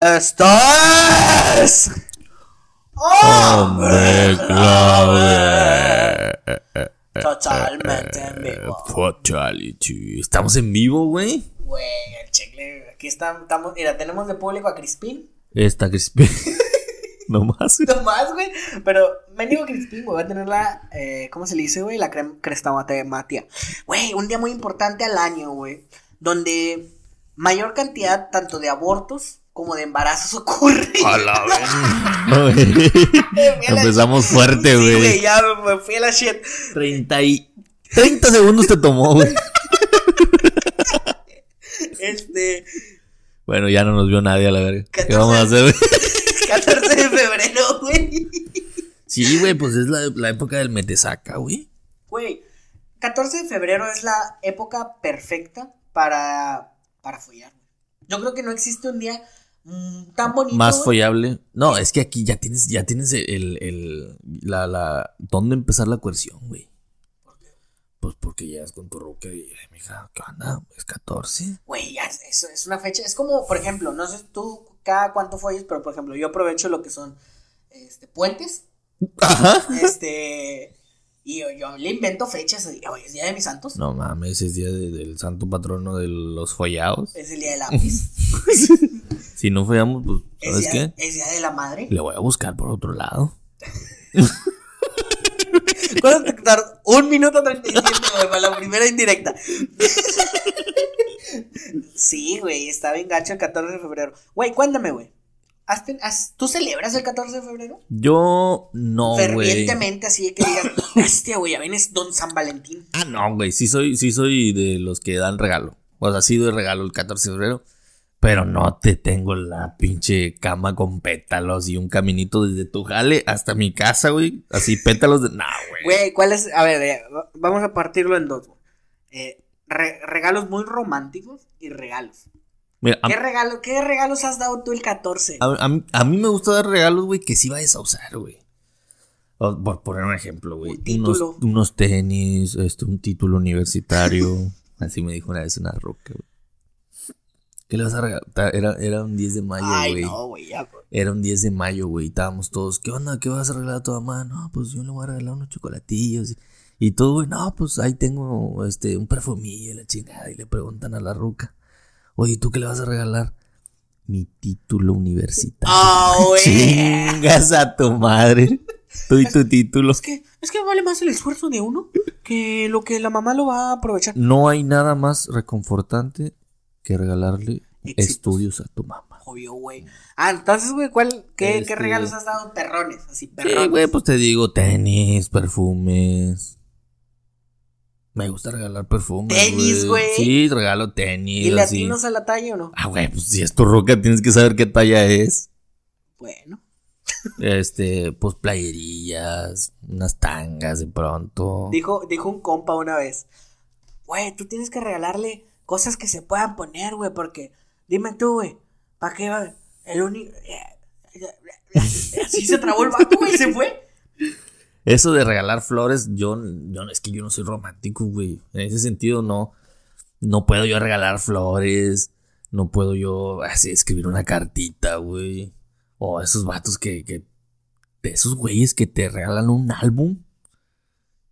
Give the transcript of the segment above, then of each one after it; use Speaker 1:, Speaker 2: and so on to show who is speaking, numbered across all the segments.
Speaker 1: Esto es.
Speaker 2: Hombre clave.
Speaker 1: Oh, Totalmente en
Speaker 2: eh,
Speaker 1: vivo.
Speaker 2: Fatality. Estamos en vivo, güey.
Speaker 1: Güey, el checle. Aquí están, estamos. Mira, tenemos de público a Crispín.
Speaker 2: Está crispy. no más.
Speaker 1: Tomás, güey. Pero mendigo Crispín, güey. Va a tener la. eh, ¿Cómo se le dice, güey? La crema cresta matemática. Güey, un día muy importante al año, güey. Donde mayor cantidad tanto de abortos como de embarazos ocurre.
Speaker 2: A la vez. Empezamos fuerte,
Speaker 1: Sí,
Speaker 2: güey.
Speaker 1: ya me fui a la shit.
Speaker 2: 30 y 30 segundos te tomó, güey.
Speaker 1: Este.
Speaker 2: Bueno, ya no nos vio nadie a la verga. ¿Qué
Speaker 1: 14.
Speaker 2: vamos a hacer, güey?
Speaker 1: 14 de febrero, güey.
Speaker 2: Sí, güey, pues es la, la época del metesaca, güey.
Speaker 1: Güey, 14 de febrero es la época perfecta para, para follar. Yo creo que no existe un día mm, tan bonito. Eh,
Speaker 2: Más
Speaker 1: güey.
Speaker 2: follable. No, es que aquí ya tienes, ya tienes el, el- la, la, dónde empezar la coerción, güey. Pues porque llegas con tu ruca y, "Eh, mija, ¿qué onda? Es 14.
Speaker 1: Güey, ya es, es- es una fecha. Es como, por ejemplo, no sé tú cada cuánto follas, pero por ejemplo, yo aprovecho lo que son este, puentes.
Speaker 2: Ajá.
Speaker 1: este. Y yo, yo le invento fechas. y, Hoy es día de mis santos.
Speaker 2: No mames, es día de- del santo patrono de los follados.
Speaker 1: Es el día del lápiz.
Speaker 2: Si no follamos, pues,
Speaker 1: Es
Speaker 2: ¿sabes
Speaker 1: día,
Speaker 2: qué?
Speaker 1: es día de la madre.
Speaker 2: Le voy a buscar por otro lado.
Speaker 1: ¿Cuánto te tardó? Un minuto 37, güey, para la primera indirecta. Sí, güey, está bien gacho el 14 de febrero. Güey, cuéntame, güey. ¿Has ten- has- ¿Tú celebras el 14 de febrero?
Speaker 2: Yo no, güey.
Speaker 1: Fervientemente, así de que digas, hostia, güey, ya vienes Don San Valentín.
Speaker 2: Ah, no, güey. Sí soy, sí soy de los que dan regalo. O sea, sí doy regalo el 14 de febrero. Pero no te tengo la pinche cama con pétalos y un caminito desde tu jale hasta mi casa, güey. Así pétalos de. Nah, güey.
Speaker 1: Güey, ¿cuál es? A ver, eh, va- vamos a partirlo en dos, güey. Eh, re- regalos muy románticos y regalos.
Speaker 2: Mira, a,
Speaker 1: ¿Qué, regalo, ¿Qué regalos has dado tú el 14?
Speaker 2: a- a mí- a mí me gusta dar regalos, güey, que sí vayas a usar, güey. O- Por poner un ejemplo, güey.
Speaker 1: Un
Speaker 2: unos,
Speaker 1: título.
Speaker 2: unos tenis, este, un título universitario. Así me dijo una vez una roca, güey. ¿Qué le vas a regalar? Era, era un 10 de mayo,
Speaker 1: Ay,
Speaker 2: güey.
Speaker 1: no, güey, ya, güey.
Speaker 2: Era un 10 de mayo, güey. y Estábamos todos, ¿qué onda? ¿Qué vas a regalar a tu mamá? No, pues yo le voy a regalar unos chocolatillos. Y, y todo, güey, no, pues ahí tengo este, un perfumillo y la chingada. Y le preguntan a la ruca, oye, ¿tú qué le vas a regalar? Mi título universitario.
Speaker 1: Ah, güey.
Speaker 2: Chingas a tu madre. Tú y tu título.
Speaker 1: Es que, es que vale más el esfuerzo de uno que lo que la mamá lo va a aprovechar.
Speaker 2: No hay nada más reconfortante que regalarle
Speaker 1: Éxitos.
Speaker 2: estudios a tu mamá.
Speaker 1: Obvio, güey. Ah, entonces, güey, ¿cuál, qué, qué
Speaker 2: Este-
Speaker 1: regalos has dado perrones?
Speaker 2: Sí,
Speaker 1: Así, perrones.
Speaker 2: güey, pues te digo, tenis, perfumes. Me gusta regalar perfumes.
Speaker 1: Tenis, güey.
Speaker 2: Sí, regalo tenis.
Speaker 1: ¿Y le
Speaker 2: así.
Speaker 1: atinas a la talla o no?
Speaker 2: Ah, güey, pues si es tu roca, tienes que saber qué talla es.
Speaker 1: Bueno.
Speaker 2: Este, pues playerillas, unas tangas de pronto.
Speaker 1: Dijo, dijo un compa una vez. Güey, tú tienes que regalarle cosas que se puedan poner, güey, porque... Dime tú, güey, ¿para qué va? El único... Así se trabó el vato, güey, se fue.
Speaker 2: Eso de regalar flores, yo, yo es que yo no soy romántico, güey. En ese sentido, no. No puedo yo regalar flores. No puedo yo así escribir una cartita, güey. O esos vatos que, que. De esos güeyes que te regalan un álbum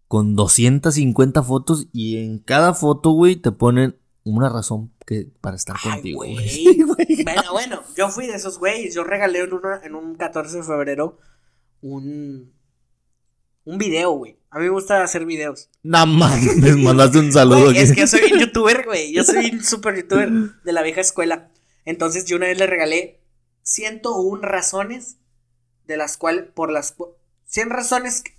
Speaker 2: con 250 fotos y en cada foto, güey, te ponen una razón que, para estar
Speaker 1: Ay,
Speaker 2: contigo,
Speaker 1: güey.
Speaker 2: güey.
Speaker 1: Bueno, bueno, yo fui de esos güeyes. Yo regalé en, una- en un 14 de febrero un, un video, güey. A mí me gusta hacer videos.
Speaker 2: Nada más, les mandaste un saludo.
Speaker 1: Güey, es
Speaker 2: aquí.
Speaker 1: que yo soy bien youtuber, güey. Yo soy un super youtuber de la vieja escuela. Entonces yo una vez le regalé 101 razones de las cuales, por las cu- 100 razones, que-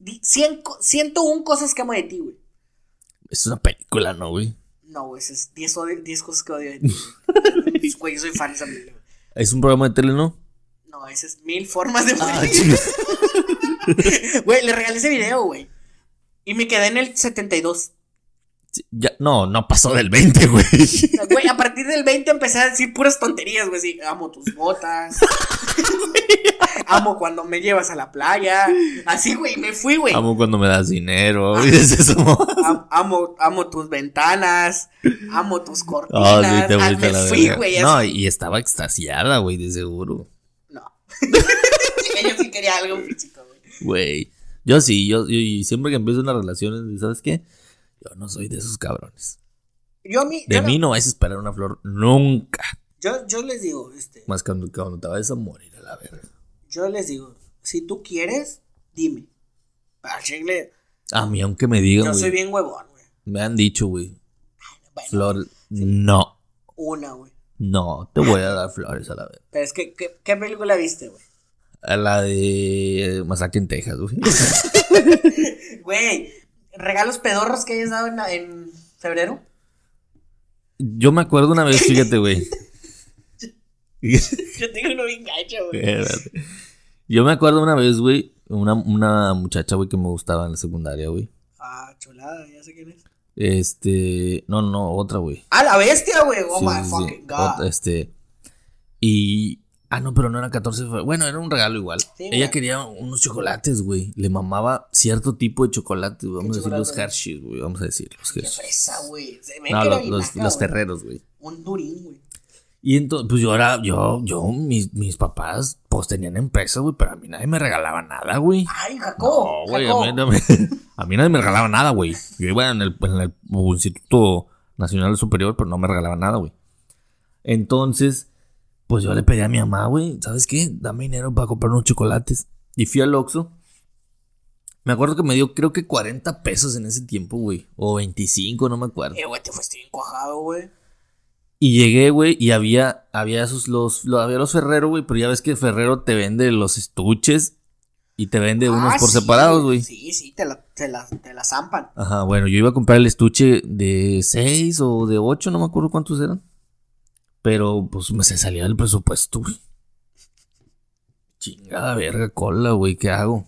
Speaker 1: di- 100, co- 101 cosas que amo de ti, güey.
Speaker 2: Es una película, ¿no, güey?
Speaker 1: No, güey, ese es 10, odio- 10 cosas que odio de ti. güey. Güey, yo soy fan de esa película, güey.
Speaker 2: Es un programa de tele, ¿no?
Speaker 1: No, ese es mil formas de
Speaker 2: Ah,
Speaker 1: morir.
Speaker 2: chinga.
Speaker 1: Güey, le regalé ese video, güey. Y me quedé en el 72.
Speaker 2: Ya, no, no pasó del 20, güey.
Speaker 1: Güey, a partir del 20 empecé a decir puras tonterías, güey. Sí, amo tus botas. amo cuando me llevas a la playa. Así, güey, me fui, güey. Amo,
Speaker 2: Amo cuando me das dinero.
Speaker 1: Ah.
Speaker 2: güey, es eso.
Speaker 1: amo, amo tus ventanas. Amo tus
Speaker 2: Ah,
Speaker 1: cortinas.
Speaker 2: sí, te
Speaker 1: Ah,
Speaker 2: fuiste a
Speaker 1: me
Speaker 2: la
Speaker 1: fui,
Speaker 2: verga.
Speaker 1: güey.
Speaker 2: No,
Speaker 1: No.
Speaker 2: y estaba extasiada, güey, de seguro.
Speaker 1: no. Yo sí quería algo físico, güey.
Speaker 2: Güey. Yo sí, yo, yo- y siempre que empiezo una relación, ¿sabes qué? Yo no soy de esos cabrones.
Speaker 1: Yo, a mí,
Speaker 2: De
Speaker 1: yo, no-
Speaker 2: mí no vas a esperar una flor nunca.
Speaker 1: yo, yo les digo, este,
Speaker 2: Más que cuando, cuando te vayas a morir a la verga.
Speaker 1: yo les digo, si tú quieres, dime. Para chingle,
Speaker 2: A mí, aunque me digan,
Speaker 1: yo soy
Speaker 2: güey.
Speaker 1: bien huevón, güey.
Speaker 2: Me han dicho, güey.
Speaker 1: Bueno,
Speaker 2: Flor, no.
Speaker 1: una, güey.
Speaker 2: No, te voy a dar flores a la verga.
Speaker 1: Pero es que, ¿qué, qué película viste, güey?
Speaker 2: A la de eh, Masacre en Texas, güey.
Speaker 1: Güey, regalos pedorros que hayas dado en, en febrero.
Speaker 2: Yo me acuerdo una vez, fíjate, güey.
Speaker 1: Yo tengo uno bien gacho, güey.
Speaker 2: Espérate. Yo me acuerdo una vez, güey, una, una muchacha, güey, que me gustaba en la secundaria, güey.
Speaker 1: Ah, chulada, ya sé quién es.
Speaker 2: Este, no, no, otra, güey.
Speaker 1: Ah, la bestia, güey. Oh
Speaker 2: Sí,
Speaker 1: my
Speaker 2: sí, sí.
Speaker 1: fucking
Speaker 2: Otra,
Speaker 1: god.
Speaker 2: Este, y, ah, no, pero no era 14 de febrero. Bueno, era un regalo igual.
Speaker 1: Sí,
Speaker 2: Ella
Speaker 1: güey.
Speaker 2: quería unos chocolates, güey. Le mamaba cierto tipo de chocolate, güey, vamos a decir los
Speaker 1: chocolate?
Speaker 2: Hershey's, güey, vamos a decir los
Speaker 1: Qué
Speaker 2: Hershey's.
Speaker 1: fresa, güey. Se ve
Speaker 2: No,
Speaker 1: que era
Speaker 2: los,
Speaker 1: bien
Speaker 2: los-
Speaker 1: naca,
Speaker 2: los
Speaker 1: güey.
Speaker 2: terreros, güey.
Speaker 1: Un durín, güey.
Speaker 2: Y entonces, pues yo era, yo, yo, mis, mis papás, pues tenían empresas, güey, pero a mí nadie me regalaba nada, güey.
Speaker 1: Ay,
Speaker 2: No,
Speaker 1: Jacob.
Speaker 2: güey, a
Speaker 1: Jacob.
Speaker 2: mí, no me- a mí nadie me regalaba nada, güey. Yo iba en el, en el Instituto Nacional Superior, pero no me regalaba nada, güey. Entonces, pues yo le pedí a mi mamá, güey, ¿sabes qué? Dame dinero para comprar unos chocolates. Y fui al Oxxo. Me acuerdo que me dio, creo que 40 pesos en ese tiempo, güey. O 25, no me acuerdo.
Speaker 1: Eh, güey, te fuiste bien cuajado, güey.
Speaker 2: Y llegué, güey, y había, había esos, los, lo- había los Ferrero, güey, pero ya ves que Ferrero te vende los estuches y te vende unos
Speaker 1: Ah,
Speaker 2: por
Speaker 1: sí,
Speaker 2: separados, güey.
Speaker 1: Sí, sí, te la, te la, te la zampan.
Speaker 2: Ajá, bueno, yo iba a comprar el estuche de 6 o de 8, no me acuerdo cuántos eran. Pero pues me se salía del presupuesto, güey. Chingada verga, cola, güey, ¿qué hago?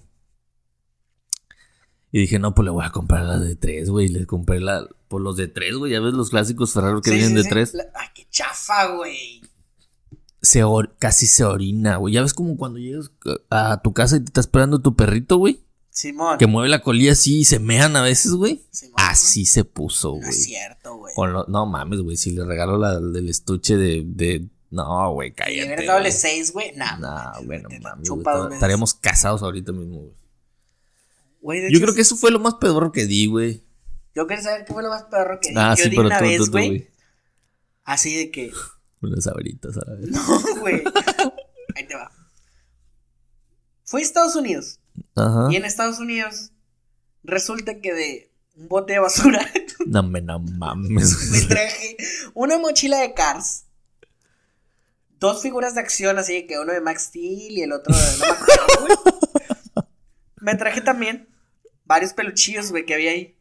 Speaker 2: Y dije, no, pues le voy a comprar la de 3, güey. Le compré la, por los de 3, güey. Ya ves los clásicos Ferrero que
Speaker 1: Sí,
Speaker 2: vienen
Speaker 1: sí,
Speaker 2: de
Speaker 1: sí.
Speaker 2: 3.
Speaker 1: La- Ay, qué chafa, güey.
Speaker 2: se or- casi se orina, güey. Ya ves como cuando llegas a tu casa y te está esperando tu perrito, güey.
Speaker 1: Simón.
Speaker 2: Que mueve la colilla así y se mean a veces, güey.
Speaker 1: Simón.
Speaker 2: Así se puso,
Speaker 1: No es
Speaker 2: güey.
Speaker 1: cierto, güey.
Speaker 2: Con lo- no mames, güey. Si le regalo la del estuche de. de- no, güey,
Speaker 1: Y
Speaker 2: cállate.
Speaker 1: haber
Speaker 2: güey.
Speaker 1: dado 6, güey. Nah.
Speaker 2: Nah, bueno,
Speaker 1: Te la
Speaker 2: mames.
Speaker 1: chupa
Speaker 2: güey,
Speaker 1: dos
Speaker 2: ta-
Speaker 1: veces.
Speaker 2: Estaríamos casados ahorita mismo, güey.
Speaker 1: Güey, de
Speaker 2: Yo
Speaker 1: hecho,
Speaker 2: creo que eso fue lo más pedorro que di, güey.
Speaker 1: Yo quería saber qué fue lo más perro que
Speaker 2: Ah,
Speaker 1: yo
Speaker 2: sí,
Speaker 1: di
Speaker 2: pero
Speaker 1: una
Speaker 2: tú, tú,
Speaker 1: vez,
Speaker 2: tú,
Speaker 1: güey.
Speaker 2: güey.
Speaker 1: Así de que,
Speaker 2: Unas abritas, a la vez.
Speaker 1: no, güey. Ahí te va. Fui a Estados Unidos.
Speaker 2: Ajá.
Speaker 1: Y en Estados Unidos resulta que de un bote de basura
Speaker 2: No me no mames,
Speaker 1: me
Speaker 2: güey.
Speaker 1: traje una mochila de Cars. Dos figuras de acción, así de que uno de Max Steel y el otro de... no me acuerdo, güey. Me traje también varios peluchillos, güey, que había ahí.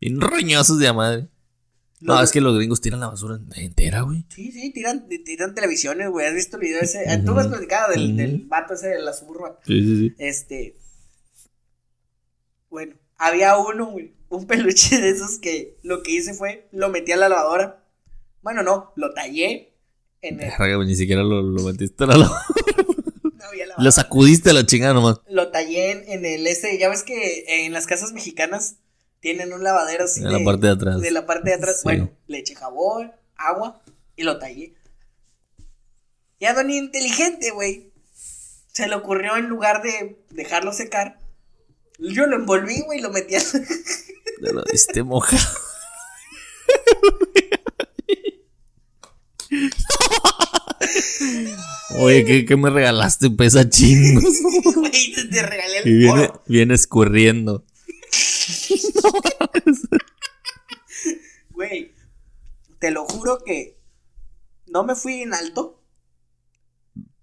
Speaker 2: Bien roñosos de la madre. No,
Speaker 1: Los-
Speaker 2: es que los gringos tiran la basura entera, güey.
Speaker 1: Sí, sí, tiran, tiran televisiones, güey. ¿Has visto el video ese? Ah, Tú me has
Speaker 2: Ujú.
Speaker 1: platicado del,
Speaker 2: Ujú.
Speaker 1: del vato ese de la suburban.
Speaker 2: Sí, sí, sí.
Speaker 1: Este. Bueno, había uno, güey. Un peluche de esos que lo que hice fue lo metí a la lavadora. Bueno, no, lo tallé en el.
Speaker 2: Verga, güey, ni siquiera lo, lo metiste a la lavadora.
Speaker 1: No había lavadora.
Speaker 2: Lo sacudiste a la chingada nomás.
Speaker 1: Lo tallé en, en el este. Ya ves que en las casas mexicanas tienen un lavadero así.
Speaker 2: En la parte de atrás.
Speaker 1: de la parte de atrás.
Speaker 2: Sí.
Speaker 1: Bueno, le eché jabón, agua y lo tallé. Y a Don Inteligente, güey, se le ocurrió en lugar de dejarlo secar, yo lo envolví, güey, y lo metí a...
Speaker 2: Te lo diste mojado. Oye, ¿qué, qué me regalaste? Pesa chingos.
Speaker 1: Güey, te, te regalé
Speaker 2: Y
Speaker 1: el
Speaker 2: viene,
Speaker 1: poro.
Speaker 2: viene escurriendo.
Speaker 1: Güey, te lo juro que no me fui en alto,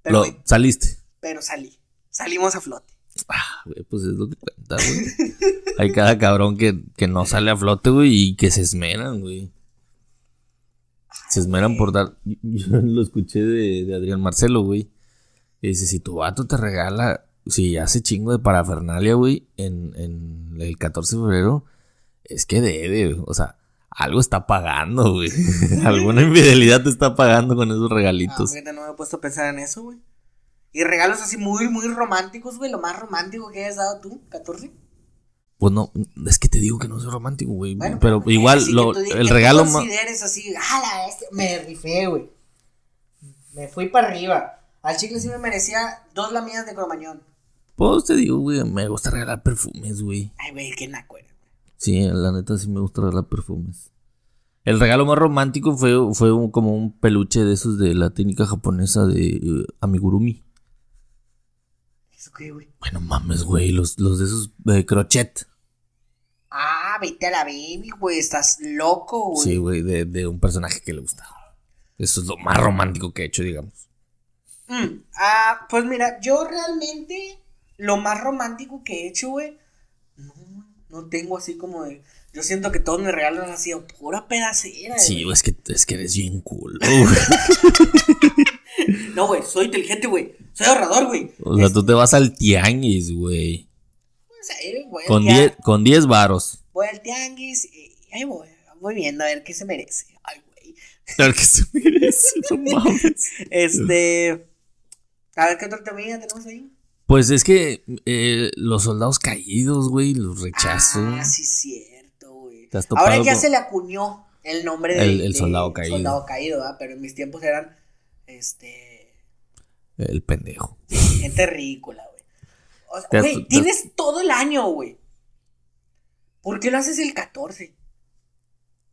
Speaker 1: pero,
Speaker 2: Lo,
Speaker 1: güey,
Speaker 2: saliste.
Speaker 1: pero salí. Salimos a flote.
Speaker 2: Ah, güey, pues es lo que cuenta, güey. Hay cada cabrón que, que no sale a flote, güey, y que se esmeran, güey. Se esmeran por dar. Yo lo escuché de, de Adrián Marcelo, güey. Que dice: si tu vato te regala, si hace chingo de parafernalia, güey, en, en el 14 de febrero, es que debe, güey. o sea, algo está pagando, güey. Alguna infidelidad te está pagando con esos
Speaker 1: Ah,
Speaker 2: regalitos.
Speaker 1: fíjate, no me he puesto a pensar en eso, güey. Y regalos así muy, muy románticos, güey. Lo más romántico que hayas dado tú, 14.
Speaker 2: Pues no, es que te digo que no soy romántico, güey.
Speaker 1: Bueno,
Speaker 2: pero
Speaker 1: pues,
Speaker 2: igual,
Speaker 1: así
Speaker 2: lo-
Speaker 1: que tú di- que pues
Speaker 2: el
Speaker 1: tú
Speaker 2: regalo más.
Speaker 1: consideres así, "Ah, la bestia, me rifé, güey. Me fui para arriba. Al chicle sí me merecía dos lamidas de cromañón.
Speaker 2: Pues te digo, güey, me gusta regalar perfumes, güey.
Speaker 1: Ay, güey, qué naco era, güey.
Speaker 2: Sí, la neta sí me gusta regalar perfumes. El regalo más romántico fue, fue un- como un peluche de esos de la técnica japonesa de eh, amigurumi.
Speaker 1: Eso qué, güey.
Speaker 2: Bueno, mames, güey, los, los de esos de crochet.
Speaker 1: Ah, vete a la baby, güey. Estás loco, güey.
Speaker 2: Sí, güey, de, de un personaje que le gustaba. Eso es lo más romántico que he hecho, digamos.
Speaker 1: Mm, ah, pues mira, yo realmente lo más romántico que he hecho, güey, no, güey, no tengo así como de. Yo siento que todos me regalan así, a pura pedacera.
Speaker 2: Sí,
Speaker 1: güey.
Speaker 2: güey, es que, es que eres bien cool. güey.
Speaker 1: No, güey, soy inteligente, güey. Soy ahorrador, güey.
Speaker 2: O sea, tú te vas al tianguis, güey.
Speaker 1: Pues ahí voy,
Speaker 2: Con
Speaker 1: al tia-
Speaker 2: 10 con 10 varos.
Speaker 1: voy al tianguis y ahí voy. Voy viendo a ver qué se merece. Ay, güey.
Speaker 2: Claro que se merece, no mames.
Speaker 1: Este. A ver qué otra teoría tenemos ahí.
Speaker 2: Pues es que eh, los soldados caídos, güey, los rechazos.
Speaker 1: Ah, sí, cierto, güey.
Speaker 2: Te has topado
Speaker 1: Ahora ya
Speaker 2: con-
Speaker 1: se le acuñó el nombre
Speaker 2: El-
Speaker 1: de-
Speaker 2: el
Speaker 1: de
Speaker 2: soldado caído.
Speaker 1: soldado caído, ¿verdad? Pero en mis tiempos eran este
Speaker 2: El pendejo.
Speaker 1: gente ridícula, güey. O sea,
Speaker 2: Te has-
Speaker 1: güey,
Speaker 2: te-
Speaker 1: tienes todo el año, güey. ¿Por qué lo haces el 14?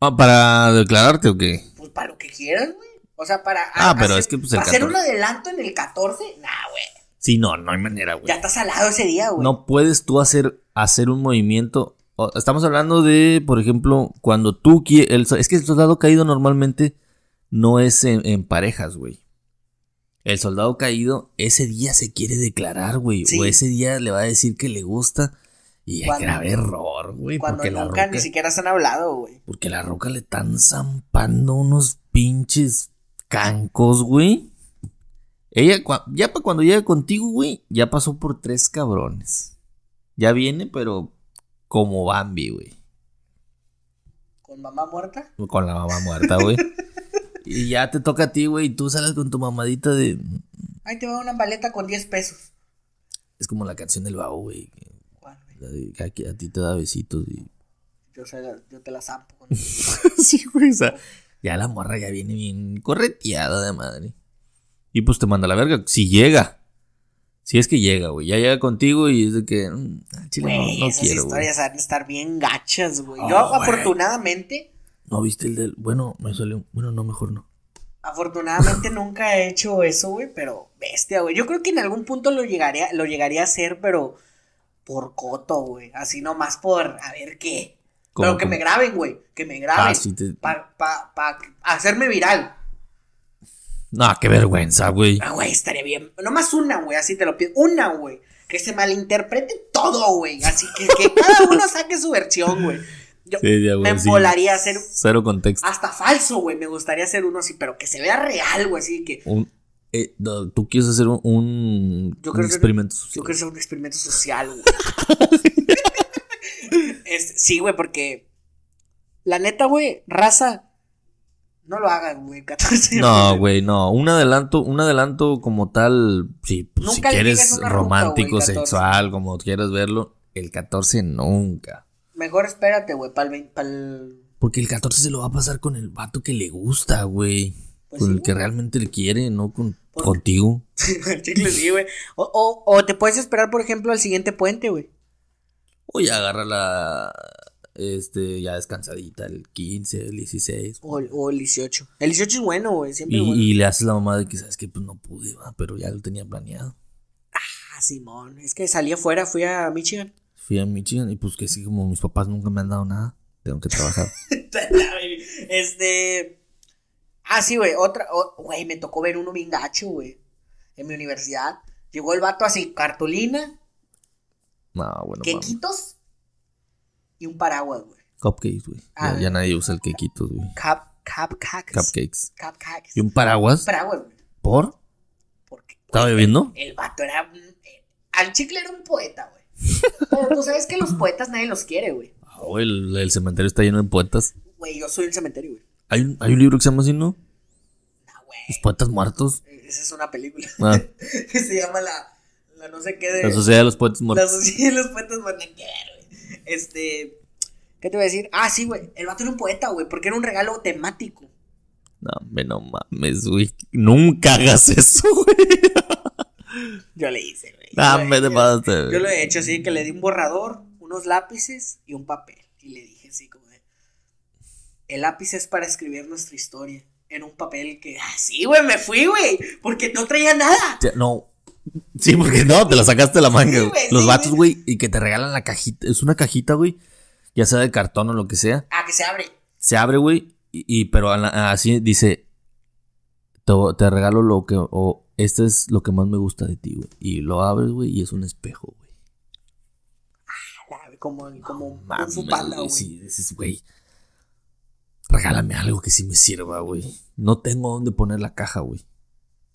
Speaker 2: Ah, ¿Para declararte o qué?
Speaker 1: Pues para lo que quieras, güey. O sea, para
Speaker 2: Ah,
Speaker 1: a-
Speaker 2: pero
Speaker 1: hacer-
Speaker 2: es que, pues, el
Speaker 1: para hacer
Speaker 2: 14.
Speaker 1: un adelanto en el 14, nah, güey.
Speaker 2: Sí, no, no hay manera, güey.
Speaker 1: Ya estás salado ese día, güey.
Speaker 2: No puedes tú hacer, hacer un movimiento. O- Estamos hablando de, por ejemplo, cuando tú quieres. Es que el soldado caído normalmente no es en, en parejas, güey. El soldado caído ese día se quiere declarar, güey.
Speaker 1: Sí.
Speaker 2: O ese día le va a decir que le gusta. Y hay
Speaker 1: Cuando-
Speaker 2: grave error, güey.
Speaker 1: Cuando
Speaker 2: Porque la
Speaker 1: nunca
Speaker 2: roca.
Speaker 1: ni siquiera se han hablado, güey.
Speaker 2: Porque la roca le están zampando unos pinches cancos, güey. Ella, cua- ya para cuando llega contigo, güey, ya pasó por tres cabrones. Ya viene, pero como Bambi, güey.
Speaker 1: Con mamá muerta.
Speaker 2: Con la mamá muerta, güey. y ya te toca a ti, güey, y tú sales con tu mamadita de...
Speaker 1: Ahí te va una paleta con 10 pesos.
Speaker 2: Es como la canción del babo, güey. que-
Speaker 1: ¿Cuál, güey?
Speaker 2: la de que A, que a ti te da besitos y...
Speaker 1: Yo, se la- yo te la zampo con
Speaker 2: sí, güey, o sea, ya la morra ya viene bien correteada de madre. Y pues te manda a la verga, si llega. Si es que llega, güey. Ya llega contigo y es de que. mm, ah, chile, no-
Speaker 1: Güey,
Speaker 2: no,
Speaker 1: esas
Speaker 2: quiero, güey.
Speaker 1: historias han de estar bien gachas, güey.
Speaker 2: Oh,
Speaker 1: Yo,
Speaker 2: güey.
Speaker 1: afortunadamente,
Speaker 2: No viste el del. Bueno, me salió. Bueno, no, mejor no.
Speaker 1: afortunadamente nunca he hecho eso, güey, pero bestia, güey. Yo creo que en algún punto lo llegaría, lo llegaría a hacer, pero por coto, güey. Así nomás por a ver qué.
Speaker 2: Como-
Speaker 1: Pero que
Speaker 2: como-
Speaker 1: me graben, güey. Que me
Speaker 2: Ah,
Speaker 1: graben.
Speaker 2: sí te-
Speaker 1: Para hacerme viral.
Speaker 2: No, qué vergüenza, güey.
Speaker 1: Ah, güey, estaría bien. Nomás una, güey, así te lo pido. Una, güey. Que se malinterprete todo, güey. Así que, que cada uno saque su versión, güey. Yo
Speaker 2: Sí, ya, güey,
Speaker 1: me
Speaker 2: sí.
Speaker 1: volaría a hacer
Speaker 2: Cero contexto.
Speaker 1: Hasta falso, güey. Me gustaría hacer uno así, pero que se vea real, güey. Así que
Speaker 2: Un- eh, no, tú quieres hacer un, un-
Speaker 1: Yo
Speaker 2: un
Speaker 1: creo que-
Speaker 2: experimento
Speaker 1: yo
Speaker 2: social.
Speaker 1: quiero hacer un experimento social, güey. Es- sí, güey, porque la neta, güey, raza, no lo hagan, güey. 14 de
Speaker 2: No,
Speaker 1: febrero.
Speaker 2: güey, no. Un adelanto, un adelanto como tal, si, pues, si
Speaker 1: Nunca le
Speaker 2: quieres
Speaker 1: digas a una ruca,
Speaker 2: romántico,
Speaker 1: güey, el 14.
Speaker 2: sexual, como quieras verlo, el 14 nunca.
Speaker 1: Mejor espérate, güey, para el. Pal...
Speaker 2: Porque el 14 se lo va a pasar con el vato que le gusta, güey.
Speaker 1: Pues
Speaker 2: con
Speaker 1: sí,
Speaker 2: el que
Speaker 1: güey.
Speaker 2: realmente le quiere, no con,
Speaker 1: Porque-
Speaker 2: contigo.
Speaker 1: el chicle, sí, güey. O, o- o te puedes esperar, por ejemplo, al siguiente puente, güey.
Speaker 2: O ya agarra la. Este, ya descansadita, el 15, el 16.
Speaker 1: O, el- o el 18. El 18 es bueno, güey. Siempre
Speaker 2: Y,
Speaker 1: es bueno.
Speaker 2: y le haces la mamá de que sabes que pues no pude, va, pero ya lo tenía planeado.
Speaker 1: Ah, Simón. Es que salí afuera, fui a Michigan.
Speaker 2: Fui a Michigan y pues que sí, como mis papás nunca me han dado nada, tengo que trabajar.
Speaker 1: Este. Ah, sí, güey. Otra. o- Güey, me tocó ver uno bien gacho, güey. En mi universidad. Llegó el vato así, cartulina,
Speaker 2: no, bueno, mames.
Speaker 1: quequitos y un paraguas, güey.
Speaker 2: Cupcakes, güey.
Speaker 1: Ah,
Speaker 2: Ya, ya nadie usa el quequito, güey.
Speaker 1: Cap, cap, cacs.
Speaker 2: Cupcakes.
Speaker 1: Cap, cacs.
Speaker 2: ¿Y un paraguas?
Speaker 1: Paraguas, güey.
Speaker 2: ¿Por?
Speaker 1: Porque
Speaker 2: ¿Estaba bebiendo?
Speaker 1: el vato era. un- eh, Al chicle era un poeta, güey. Pero tú sabes que los poetas nadie los quiere, güey.
Speaker 2: Ah, güey, el, el cementerio está lleno de poetas.
Speaker 1: Güey, yo soy el cementerio, güey.
Speaker 2: ¿Hay un, hay un libro que se llama así, ¿no?
Speaker 1: No,
Speaker 2: Los
Speaker 1: güey.
Speaker 2: poetas muertos.
Speaker 1: Esa es una película.
Speaker 2: Ah,
Speaker 1: que se llama la, la no sé qué de.
Speaker 2: la sociedad de los poetas
Speaker 1: La
Speaker 2: muertos.
Speaker 1: sociedad de los poetas van a quedar, güey. Este. ¿Qué te voy a decir? Ah, sí, güey. El vato era un poeta, güey. Porque era un regalo temático.
Speaker 2: No, hombre, no mames, güey. Nunca hagas eso, güey.
Speaker 1: Yo le hice, güey.
Speaker 2: No,
Speaker 1: Yo
Speaker 2: Ah, me
Speaker 1: le-
Speaker 2: te pasaste,
Speaker 1: Yo
Speaker 2: güey.
Speaker 1: lo he hecho así, que le di un borrador, unos lápices y un papel. Y le dije así como de, el lápiz es para escribir nuestra historia. En un papel que, ah, sí, güey, me fui, güey, porque no traía nada.
Speaker 2: Ya, No. Sí, porque no, te la sacaste de la manga.
Speaker 1: Sí,
Speaker 2: güey.
Speaker 1: güey,
Speaker 2: Los
Speaker 1: sí,
Speaker 2: vatos, güey, y que te regalan la cajita. Es una cajita, güey. Ya sea de cartón o lo que sea.
Speaker 1: Ah, que se abre.
Speaker 2: se abre, güey, y, y- pero a la- así dice, te, te regalo lo que, o este es lo que más me gusta de ti, güey. Y lo abres, güey, y es un espejo, güey.
Speaker 1: Ah, Como, como un
Speaker 2: Mames,
Speaker 1: fupala,
Speaker 2: güey,
Speaker 1: güey.
Speaker 2: sí, dices, güey, regálame algo que sí me sirva, güey. No tengo dónde poner la caja, güey.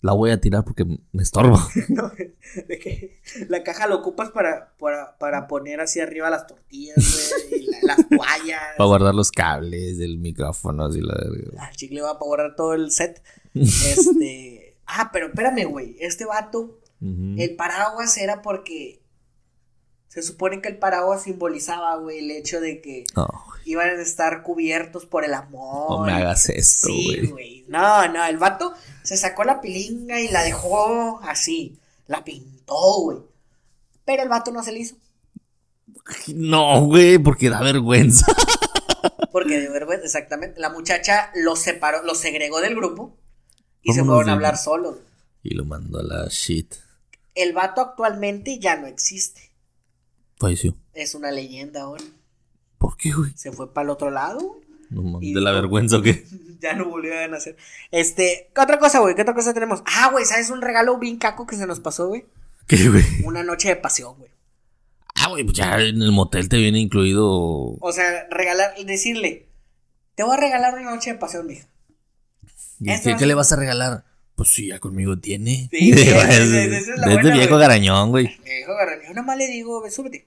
Speaker 2: La voy a tirar porque me estorba.
Speaker 1: No, de que la caja la ocupas para, para, para poner así arriba las tortillas, güey, y la- las toallas.
Speaker 2: Para guardar los cables del micrófono, así la verga, güey.
Speaker 1: Al chicle va a borrar todo el set. Este. ah, pero espérame, güey. Este vato
Speaker 2: Ujú.
Speaker 1: El paraguas era porque se supone que el paraguas simbolizaba, güey, el hecho de que
Speaker 2: No,
Speaker 1: iban a estar cubiertos por el
Speaker 2: no
Speaker 1: amor.
Speaker 2: me hagas esto,
Speaker 1: sí,
Speaker 2: güey.
Speaker 1: güey. No, no, el vato se sacó la pilinga y la dejó así. La pintó, güey. Pero el vato no se le hizo.
Speaker 2: no, güey, porque da vergüenza.
Speaker 1: Porque de vergüenza, exactamente. La muchacha los separó, los segregó del grupo y se
Speaker 2: Vámonos
Speaker 1: fueron a
Speaker 2: de-
Speaker 1: hablar solos.
Speaker 2: Y lo mandó a la shit.
Speaker 1: El vato actualmente ya no existe.
Speaker 2: Falleció.
Speaker 1: Es una leyenda ahora.
Speaker 2: ¿Por qué, güey?
Speaker 1: Se fue para el otro lado, güey.
Speaker 2: No mames,
Speaker 1: Y
Speaker 2: de la
Speaker 1: dijo-
Speaker 2: vergüenza o qué.
Speaker 1: Ya no volvió a nacer. Este, ¿qué otra cosa, güey? ¿Qué otra cosa tenemos? Ah, güey, ¿sabes un regalo bien caco que se nos pasó, güey?
Speaker 2: ¿Qué, güey?
Speaker 1: Una noche de pasión, güey.
Speaker 2: Ah, güey, pues ya en el motel te viene incluido.
Speaker 1: O sea, regalar, decirle, te voy a regalar una noche de pasión, mija.
Speaker 2: ¿Y
Speaker 1: eso
Speaker 2: ¿Qué,
Speaker 1: es-
Speaker 2: qué le vas a regalar? Pues sí, ya conmigo tiene.
Speaker 1: Sí, güey, esa-
Speaker 2: Es-
Speaker 1: esa- esa es la
Speaker 2: de este
Speaker 1: buena,
Speaker 2: viejo
Speaker 1: güey.
Speaker 2: garañón, güey.
Speaker 1: Me dijo, agarra, yo nada más le digo, "Ve, súbete.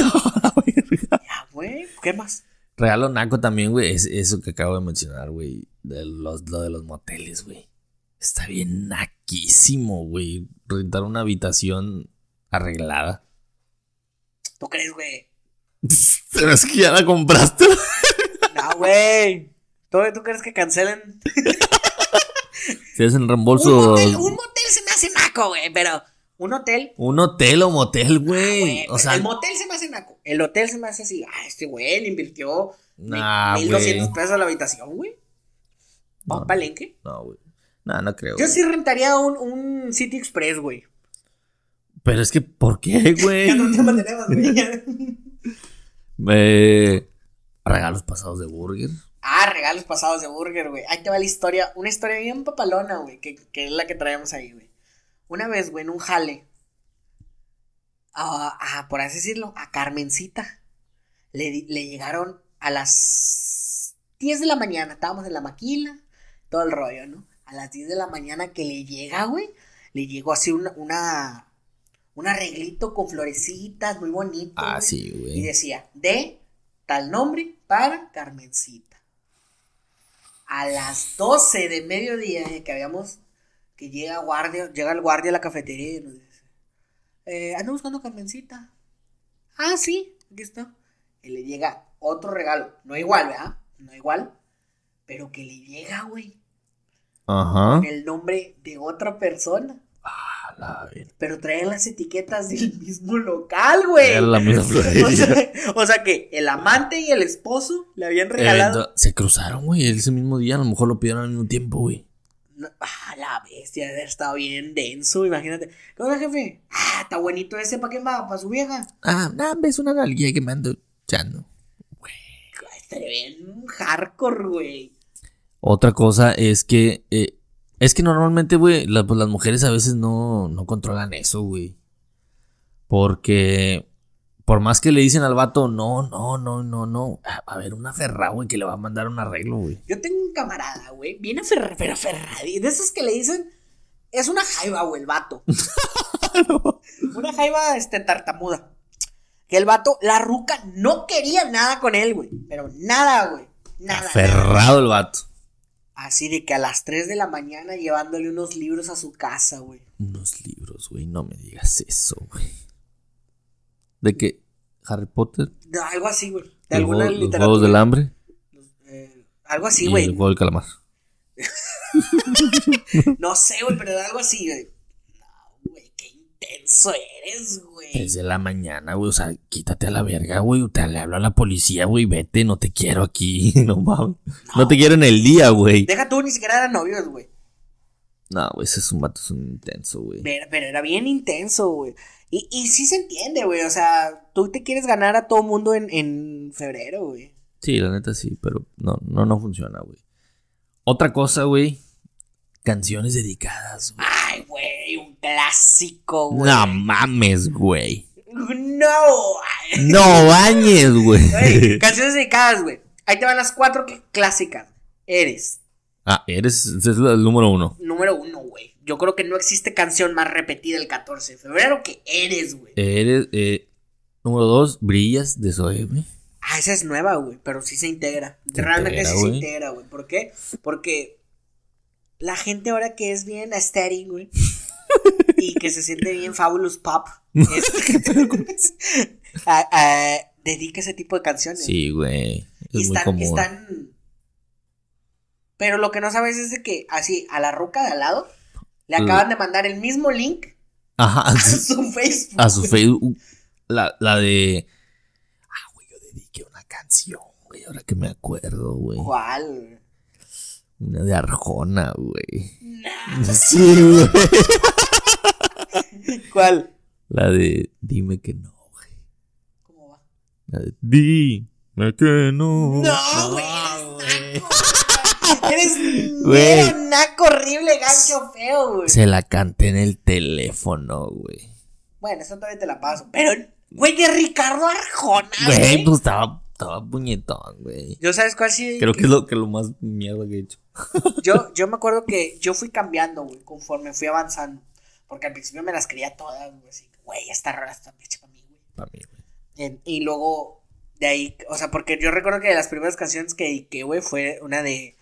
Speaker 1: Ya, güey, ¿qué más?
Speaker 2: Regalo naco también, güey. Es eso que acabo de mencionar, güey. De los, lo de los moteles, güey. Está bien naquísimo, güey. Rentar una habitación arreglada.
Speaker 1: ¿Tú crees, güey?
Speaker 2: Pero es que ya la compraste.
Speaker 1: No, güey. ¿Tú, tú crees que cancelen?
Speaker 2: Si hacen
Speaker 1: Un
Speaker 2: reembolso.
Speaker 1: motel, un motel se me hace naco, güey, pero un hotel...
Speaker 2: Un hotel o motel,
Speaker 1: güey,
Speaker 2: güey. O sea,
Speaker 1: el motel se me hace naco. El hotel se me hace así. Ah, este güey le invirtió Mil
Speaker 2: nah, güey.
Speaker 1: 1200 pesos la habitación, güey. ¿Pa'
Speaker 2: No.
Speaker 1: un palenque?
Speaker 2: No, güey. No, no creo.
Speaker 1: Yo
Speaker 2: güey.
Speaker 1: sí rentaría un, un City Express, güey.
Speaker 2: Pero es que, ¿por qué, güey?
Speaker 1: Ya no te mantenemos, güey.
Speaker 2: Eh, regalos pasados de burger.
Speaker 1: ah, regalos pasados de burger, güey. Ahí te va la historia. Una historia bien papalona, güey. Que, que es la que traemos ahí, güey. Una vez, güey, en un jale. Ah, ah, por así decirlo, a Carmencita. Le, di- le llegaron a las 10 de la mañana. Estábamos en la maquila. Todo el rollo, ¿no? A las 10 de la mañana que le llega, güey. Le llegó así una, una, un arreglito con florecitas, muy bonito.
Speaker 2: Ah,
Speaker 1: güey.
Speaker 2: sí,
Speaker 1: Y
Speaker 2: güey.
Speaker 1: decía, de tal nombre para Carmencita. A las 12 de mediodía eh, que habíamos, que llega guardia, llega el guardia a la cafetería y nos dice, eh, ando buscando a Carmencita. Ah, sí, aquí está. Y le llega otro regalo, no igual, ¿verdad? No igual, pero que le llega, güey,
Speaker 2: Ajá.
Speaker 1: con el nombre de otra persona.
Speaker 2: A la ver-
Speaker 1: Pero traen las etiquetas del mismo local, güey.
Speaker 2: Era la misma
Speaker 1: O
Speaker 2: florería.
Speaker 1: sea, o sea que el amante y el esposo le habían regalado.
Speaker 2: Evento- Se cruzaron, güey, ese mismo día. A lo mejor lo pidieron al mismo tiempo, güey.
Speaker 1: No, ah, la bestia, debe haber estado bien denso, imagínate. ¿Qué onda, jefe? Ah, está bonito ese, ¿para qué va? ¿Para su vieja?
Speaker 2: Ah, nada, es una nalguilla que me ando echando.
Speaker 1: Ay, Estaría bien hardcore, güey.
Speaker 2: Otra cosa es que. eh, es que normalmente, güey, la- pues las mujeres a veces no, no controlan eso, güey. Porque. Por más que le dicen al vato, no, no, no, no, no. ah, Va a haber una ferra, güey, que le va a mandar un arreglo, güey.
Speaker 1: Yo tengo un camarada, güey, bien aferrado, pero aferrado. Y de esos que le dicen, es una jaiba, güey, el vato. una jaiba, este, tartamuda. Que el vato, la ruca, no quería nada con él, güey. Pero nada, güey. Nada.
Speaker 2: Aferrado el vato.
Speaker 1: Así de que a las 3 de la mañana llevándole unos libros a su casa, güey.
Speaker 2: Unos libros, güey. No me digas eso, güey. De que Harry Potter,
Speaker 1: De algo así, güey. De
Speaker 2: el
Speaker 1: alguna
Speaker 2: juego- los
Speaker 1: literatura.
Speaker 2: Juegos del Hambre
Speaker 1: Eh, algo así,
Speaker 2: y el
Speaker 1: güey.
Speaker 2: Juego del Calamar.
Speaker 1: No sé, güey, pero de algo así, güey. No, güey, qué intenso eres, güey.
Speaker 2: 3 de la mañana, güey. O sea, quítate a la verga, güey. O te le hablo a la policía, güey. Vete, no te quiero aquí. No mames. No te quiero en el día, güey.
Speaker 1: Deja tú, ni siquiera eran novios, güey.
Speaker 2: No, güey, ese es un vato, es un intenso, güey.
Speaker 1: Pero, pero era bien intenso, güey. Y, y sí se entiende, güey. O sea, tú te quieres ganar a todo mundo en, en febrero, güey.
Speaker 2: Sí, la neta sí, pero no, no, no funciona, güey. Otra cosa, güey. Canciones dedicadas, güey.
Speaker 1: Ay, güey, un clásico, Ah, güey.
Speaker 2: No mames, güey.
Speaker 1: No. ay.
Speaker 2: No bañes,
Speaker 1: Güey,
Speaker 2: güey.
Speaker 1: canciones dedicadas, güey. Ahí te van las cuatro que- clásicas. Eres.
Speaker 2: Ah, eres ese es el número uno.
Speaker 1: Número uno, güey. Yo creo que no existe canción más repetida el 14 de febrero que Eres, güey.
Speaker 2: Eres, eh, número dos, brillas de Zoe, güey.
Speaker 1: Ah, esa es nueva, güey, pero sí se integra.
Speaker 2: Se
Speaker 1: Realmente
Speaker 2: integra,
Speaker 1: sí
Speaker 2: güey.
Speaker 1: se integra, güey. ¿Por qué? Porque la gente ahora que es bien aesthetic, güey, y que se siente bien fabulous pop, es- ah, ah, dedica ese tipo de canciones.
Speaker 2: Sí, güey.
Speaker 1: y
Speaker 2: Es muy
Speaker 1: están,
Speaker 2: común.
Speaker 1: están- Pero lo que no sabes es de que, así, a la roca de al lado, le
Speaker 2: Mm.
Speaker 1: acaban de mandar el mismo link
Speaker 2: Ajá,
Speaker 1: a su Facebook.
Speaker 2: a su Facebook. La, la de. Ah, güey, yo dediqué una canción, güey. Ahora que me acuerdo, güey.
Speaker 1: ¿Cuál?
Speaker 2: Una de Arjona, güey.
Speaker 1: Nah,
Speaker 2: Sí, güey.
Speaker 1: ¿Cuál?
Speaker 2: La de Dime que no, güey.
Speaker 1: ¿Cómo va?
Speaker 2: La de Dime que no.
Speaker 1: No, güey, eres naco. Eres
Speaker 2: Güey.
Speaker 1: mero naco horrible, gancho feo, güey.
Speaker 2: Se la canté en el teléfono, güey.
Speaker 1: Bueno, eso todavía te la paso. Pero, güey, de Ricardo Arjona,
Speaker 2: Güey,
Speaker 1: güey.
Speaker 2: pues estaba, estaba puñetón, güey.
Speaker 1: Yo sabes cuál sí.
Speaker 2: Creo que es lo, que lo más mierda que he hecho.
Speaker 1: Yo, yo me acuerdo que yo fui cambiando, güey, conforme fui avanzando. Porque al principio me las creía todas, güey. Así, güey, esta rola está hecha para mí, güey.
Speaker 2: Para mí, güey.
Speaker 1: En- Y luego, de ahí, o sea, porque yo recuerdo que de las primeras canciones que dediqué, güey, fue una de.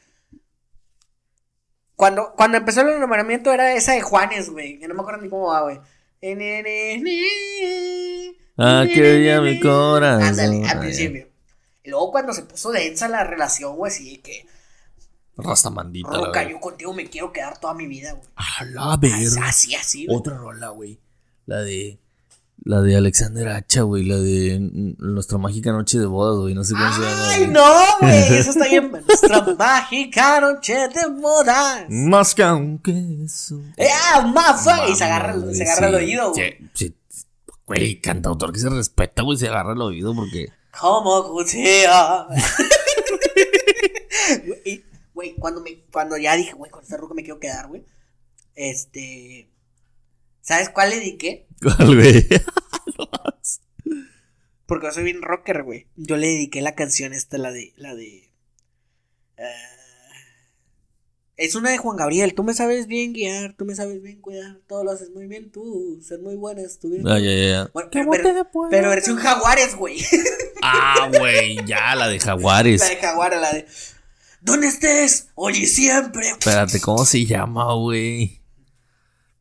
Speaker 1: Cuando, cuando empezó el enamoramiento era esa de Juanes, güey. Que no me acuerdo ni cómo va, güey.
Speaker 2: Aquella mi corazón.
Speaker 1: Ándale, al
Speaker 2: Ah,
Speaker 1: principio. Y luego cuando se puso densa la relación, güey, sí, que.
Speaker 2: Rastamandita. la
Speaker 1: Roca,
Speaker 2: verdad.
Speaker 1: yo contigo me quiero quedar toda mi vida, güey.
Speaker 2: A la verga.
Speaker 1: Así, así, güey.
Speaker 2: Otra rola, güey. La de. La de Alexander Hacha, güey. La de mm, Nuestra Mágica Noche de Bodas, güey. No sé cómo se llama.
Speaker 1: ¡Ay,
Speaker 2: güey.
Speaker 1: no, güey! Eso está bien. Nuestra mágica noche de modas.
Speaker 2: Más que aunque eso.
Speaker 1: ¡Ah, mafa! Y se agarra,
Speaker 2: Mames,
Speaker 1: se agarra el
Speaker 2: sí,
Speaker 1: oído, güey.
Speaker 2: sí, sí. Güey, cantautor que se respeta, güey, se agarra el oído porque.
Speaker 1: ¿Cómo cutea? Y, Güey, cuando, me, cuando ya dije, güey, con esta ruca me quiero quedar, güey. Este. ¿Sabes cuál le dediqué?
Speaker 2: ¿Cuál, güey?
Speaker 1: Porque yo soy bien rocker, güey. Yo le dediqué la canción esta, la de. La de. ah, es una de Juan Gabriel. Tú me sabes bien guiar, tú me sabes bien cuidar, todo lo haces muy bien tú, ser muy buena, estuviste.
Speaker 2: Ah, ya, ya, ya.
Speaker 1: Bueno, pero, pero, pero eh, versión Jaguares, güey.
Speaker 2: Ah, güey, ya, la de
Speaker 1: La
Speaker 2: Jaguares.
Speaker 1: de Jaguar, la de. ¿Dónde estés? Oye, siempre.
Speaker 2: Espérate, ¿cómo se llama, güey?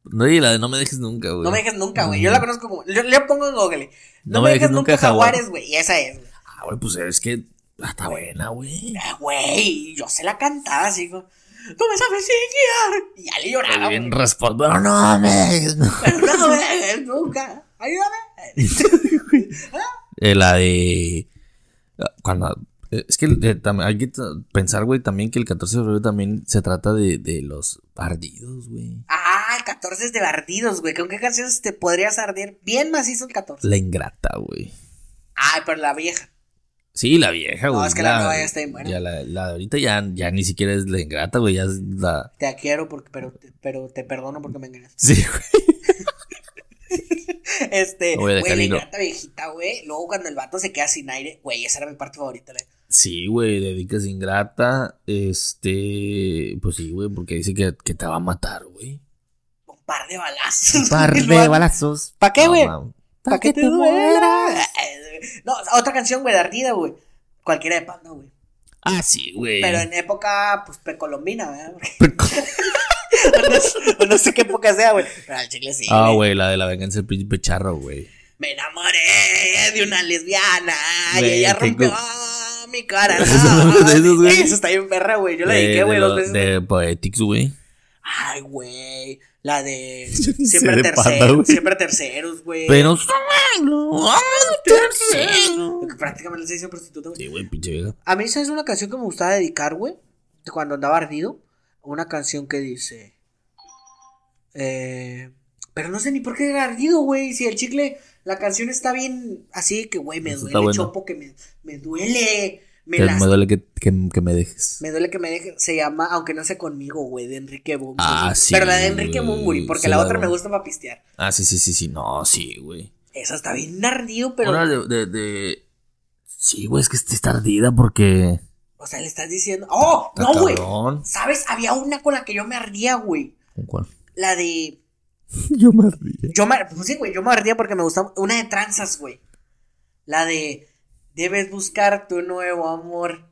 Speaker 2: No, y la de No me dejes nunca, güey.
Speaker 1: No me dejes nunca, güey. Yo la conozco como. Yo le pongo en Google. No, me dejes, nunca,
Speaker 2: Jaguar.
Speaker 1: Jaguares, güey. Y esa es, güey.
Speaker 2: Ah, güey, pues es que. ah, Está buena, güey.
Speaker 1: Ah, Güey, yo se la cantaba así, güey. Tú me sabes sin guiar. Y ya le lloraba. Ah, güey.
Speaker 2: Bien respondo. Pero no me dejes nunca.
Speaker 1: Pero no me dejes nunca. Ayúdame.
Speaker 2: Eh, la de. ah, Cuando. eh, Es que eh, tam- hay que t- pensar, güey, también que el 14 de febrero también se trata de, de los partidos, güey.
Speaker 1: Ah, el 14 es de bardidos, güey. ¿Con qué canciones te podrías arder? Bien macizo el 14.
Speaker 2: La ingrata, güey.
Speaker 1: Ay, pero la vieja.
Speaker 2: Sí, la vieja,
Speaker 1: No,
Speaker 2: güey.
Speaker 1: es que la nueva ya está bien buena.
Speaker 2: ya la, la de ahorita ya, ya ni siquiera es la ingrata, güey. Ya es la.
Speaker 1: Te quiero, porque, pero, te- pero te perdono porque me engañaste.
Speaker 2: Sí, güey.
Speaker 1: Este,
Speaker 2: Lo voy a
Speaker 1: güey,
Speaker 2: dejar
Speaker 1: le
Speaker 2: hilo.
Speaker 1: encanta viejita, güey. Luego cuando el vato se queda sin aire, güey, esa era mi parte favorita. la-
Speaker 2: Sí, güey, dedicas ingrata. Este. Pues sí, güey, porque dice que, que te va a matar, güey.
Speaker 1: Un par de balazos.
Speaker 2: Un par
Speaker 1: güey,
Speaker 2: de
Speaker 1: lo-
Speaker 2: balazos.
Speaker 1: ¿Pa' qué,
Speaker 2: No,
Speaker 1: güey?
Speaker 2: Ah, mam.
Speaker 1: ¿Para que te duela? No, otra canción, güey, de ardida, güey. Cualquiera de panda, güey.
Speaker 2: Ah, sí, güey.
Speaker 1: Pero en época, pues, precolombina, ¿verdad? no, sé- no sé qué época sea, güey. Pero al chile sí.
Speaker 2: Ah,
Speaker 1: güey.
Speaker 2: güey, la de la venganza del príncipe charro, güey.
Speaker 1: Me enamoré de una lesbiana y
Speaker 2: Güey,
Speaker 1: ella
Speaker 2: qué
Speaker 1: rompió mi corazón.
Speaker 2: Esos- esos, güey.
Speaker 1: Eso está bien perra, güey. Yo la
Speaker 2: De-
Speaker 1: dediqué,
Speaker 2: Eh, de
Speaker 1: güey,
Speaker 2: lo-
Speaker 1: dos veces.
Speaker 2: De Poetics, güey.
Speaker 1: Ay, güey. La de
Speaker 2: Yo ni sé
Speaker 1: siempre
Speaker 2: de
Speaker 1: terceros.
Speaker 2: panda, güey.
Speaker 1: siempre terceros, güey.
Speaker 2: Pero.
Speaker 1: Que Prácticamente se hizo prostituta, güey.
Speaker 2: Sí, güey, pinche vieja.
Speaker 1: A mí, ¿sabes una canción que me gustaba dedicar, güey? Cuando andaba ardido. Una canción que dice. eh, pero no sé ni por qué era ardido, güey. Si el chicle, la canción está bien así que, güey, me
Speaker 2: Eso
Speaker 1: duele,
Speaker 2: está bueno.
Speaker 1: chopo, que me, me duele. Me,
Speaker 2: Que
Speaker 1: las-
Speaker 2: me duele que, que- que me dejes.
Speaker 1: me duele que me deje. Se llama, aunque no sé conmigo, güey, de Enrique Bumburi.
Speaker 2: Ah, sí,
Speaker 1: Pero la de Enrique
Speaker 2: güey,
Speaker 1: Bumburi, porque
Speaker 2: sí,
Speaker 1: la
Speaker 2: la
Speaker 1: otra me
Speaker 2: güey.
Speaker 1: gusta para pistear.
Speaker 2: Ah, sí, sí, sí, sí. No, sí, güey.
Speaker 1: Esa está bien ardido, pero.
Speaker 2: Ahora de, de, de- Sí, güey, es que está ardida porque.
Speaker 1: O sea, le estás diciendo. ¡Oh!
Speaker 2: Está
Speaker 1: ¡No, güey!
Speaker 2: cabrón.
Speaker 1: ¿Sabes? Había una con la que yo me ardía, güey.
Speaker 2: ¿Con cuál?
Speaker 1: La de.
Speaker 2: Yo me ardía.
Speaker 1: Yo me, pues sí, güey, yo me ardía porque me gustaba una de tranzas, güey. La de debes buscar tu nuevo amor.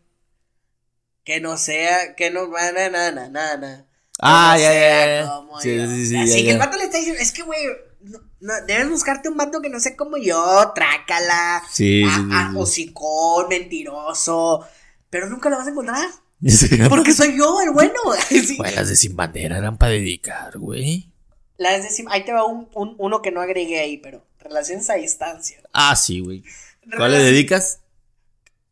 Speaker 1: Que no sea, que no na na na na na. na.
Speaker 2: Ah,
Speaker 1: Que no
Speaker 2: ya,
Speaker 1: sea
Speaker 2: ya, ya.
Speaker 1: como
Speaker 2: Sí,
Speaker 1: yo.
Speaker 2: sí, sí.
Speaker 1: Así
Speaker 2: ya,
Speaker 1: que
Speaker 2: ya.
Speaker 1: el vato le está diciendo, es que güey, no- no, debes buscarte un vato que no sea como yo, trácala,
Speaker 2: Sí, sí,
Speaker 1: ah, ah,
Speaker 2: sí, sí.
Speaker 1: hocicón, mentiroso. Pero nunca lo vas a encontrar.
Speaker 2: Sí.
Speaker 1: Porque soy yo el bueno. Sí.
Speaker 2: Güey, las de Sin Bandera eran para dedicar, güey.
Speaker 1: La es decir, ahí te va un, un- uno que no agregué ahí, pero relaciones a distancia.
Speaker 2: Ah, sí, güey. ¿Cuál le dedicas?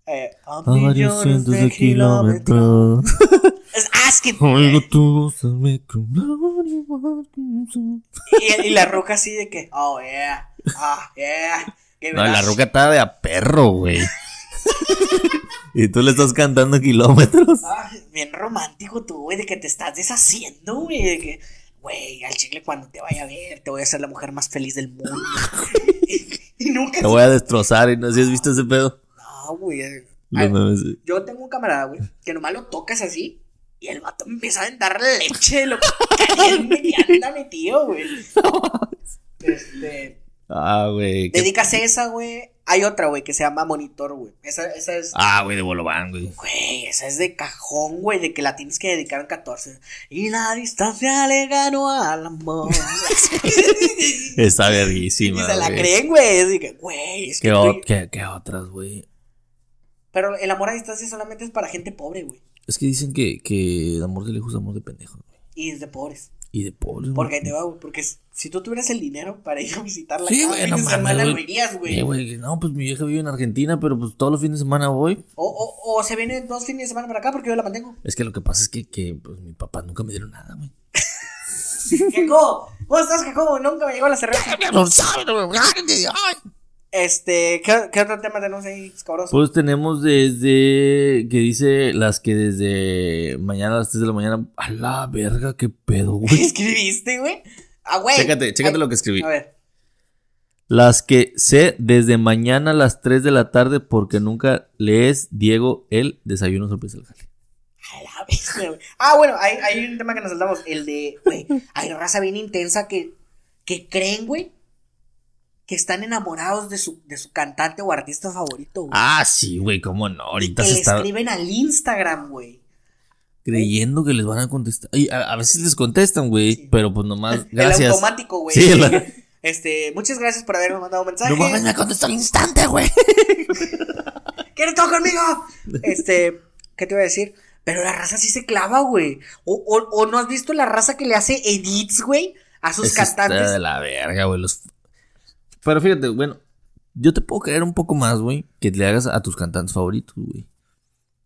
Speaker 1: Eh, a millones de kilómetros. Es- Ah, es que.
Speaker 2: Oigo
Speaker 1: eh,
Speaker 2: tu voz al micrófono.
Speaker 1: Y, y la roca así de que. Oh, yeah. Ah, yeah. que
Speaker 2: No, la
Speaker 1: verás".
Speaker 2: roca estaba de a perro, güey. y tú le estás cantando kilómetros.
Speaker 1: Ah, bien romántico tú, güey, de que te estás deshaciendo, güey. De que, güey, al chicle cuando te vaya a ver, te voy a ser la mujer más feliz del mundo. y, nunca.
Speaker 2: Te voy a destrozar y no sé si has visto ese pedo.
Speaker 1: No, güey.
Speaker 2: No
Speaker 1: Ay,
Speaker 2: mames, güey.
Speaker 1: Yo tengo un camarada, güey, que nomás lo tocas así y el vato empieza a aventar leche, lo caliente que anda mi tío, güey. Este,
Speaker 2: Ah, güey. qué-
Speaker 1: dedicas esa, güey. Hay otra, güey, que se llama Monitor, güey. Esa, esa es,
Speaker 2: Ah, güey, de Bolobán, güey.
Speaker 1: güey, esa es de cajón, güey, de que la tienes que dedicar en 14. Y la distancia le ganó al amor.
Speaker 2: Está
Speaker 1: y
Speaker 2: verguísima.
Speaker 1: se la
Speaker 2: güey.
Speaker 1: creen, güey. Así que, güey, es que
Speaker 2: ¿Qué,
Speaker 1: tú-
Speaker 2: o- qué- qué otras, güey?
Speaker 1: Pero el amor a distancia solamente es para gente pobre, güey.
Speaker 2: Es que dicen que, que el amor de lejos es amor de pendejo. güey.
Speaker 1: Y es de pobres.
Speaker 2: Y de pobres,
Speaker 1: Porque ahí te va, güey. Porque s- si tú tuvieras el dinero para ir a visitarla,
Speaker 2: Sí,
Speaker 1: cada
Speaker 2: güey,
Speaker 1: fin
Speaker 2: no
Speaker 1: de
Speaker 2: mames,
Speaker 1: semana
Speaker 2: güey.
Speaker 1: lo irías,
Speaker 2: Eh,
Speaker 1: güey.
Speaker 2: güey, no, pues mi vieja vive en Argentina, pero pues todos los fines de semana voy.
Speaker 1: O, o, o se viene dos fines de semana para acá porque yo la mantengo.
Speaker 2: Es que lo que pasa es que, que pues, mi papá nunca me dieron nada, güey.
Speaker 1: Jacobo, ¿cómo estás, Jacobo? Nunca me llegó la cerveza.
Speaker 2: No sabe, no me- ay.
Speaker 1: Este, ¿qué, qué otro tema tenemos ahí, escabroso?
Speaker 2: Pues tenemos desde. que dice las que desde mañana a las 3 de la mañana. A la verga, qué pedo,
Speaker 1: ¿Qué
Speaker 2: güey.
Speaker 1: escribiste, güey? Ah, güey.
Speaker 2: Pues, chécate, chécate
Speaker 1: Ay,
Speaker 2: lo que escribí.
Speaker 1: A ver.
Speaker 2: Las que sé desde mañana a las 3 de la tarde porque nunca lees Diego el desayuno sorpresa del jale.
Speaker 1: A la bestia, güey. Ah, bueno, hay, hay un tema que nos saltamos. El de, güey, hay raza bien intensa que, que creen, güey, que están enamorados de su, de su cantante o artista favorito, güey.
Speaker 2: Ah, sí, güey, cómo no. Ahorita
Speaker 1: que
Speaker 2: se
Speaker 1: le
Speaker 2: está
Speaker 1: escriben al Instagram, güey.
Speaker 2: creyendo que les van a contestar. Y a, a veces les contestan, güey,
Speaker 1: Sí.
Speaker 2: pero pues nomás.
Speaker 1: El
Speaker 2: Gracias.
Speaker 1: automático, güey.
Speaker 2: Sí, la-
Speaker 1: Este, muchas gracias por habernos mandado un mensaje.
Speaker 2: No mames, me contestó al instante, güey.
Speaker 1: ¿Quieres todo conmigo? Este, ¿qué te iba a decir? Pero la raza sí se clava, güey. O, o- o no has visto la raza que le hace edits, güey, a sus
Speaker 2: Eso está
Speaker 1: cantantes.
Speaker 2: de la verga, güey. los- Pero fíjate, bueno, yo te puedo creer un poco más, güey, que le hagas a tus cantantes favoritos, güey.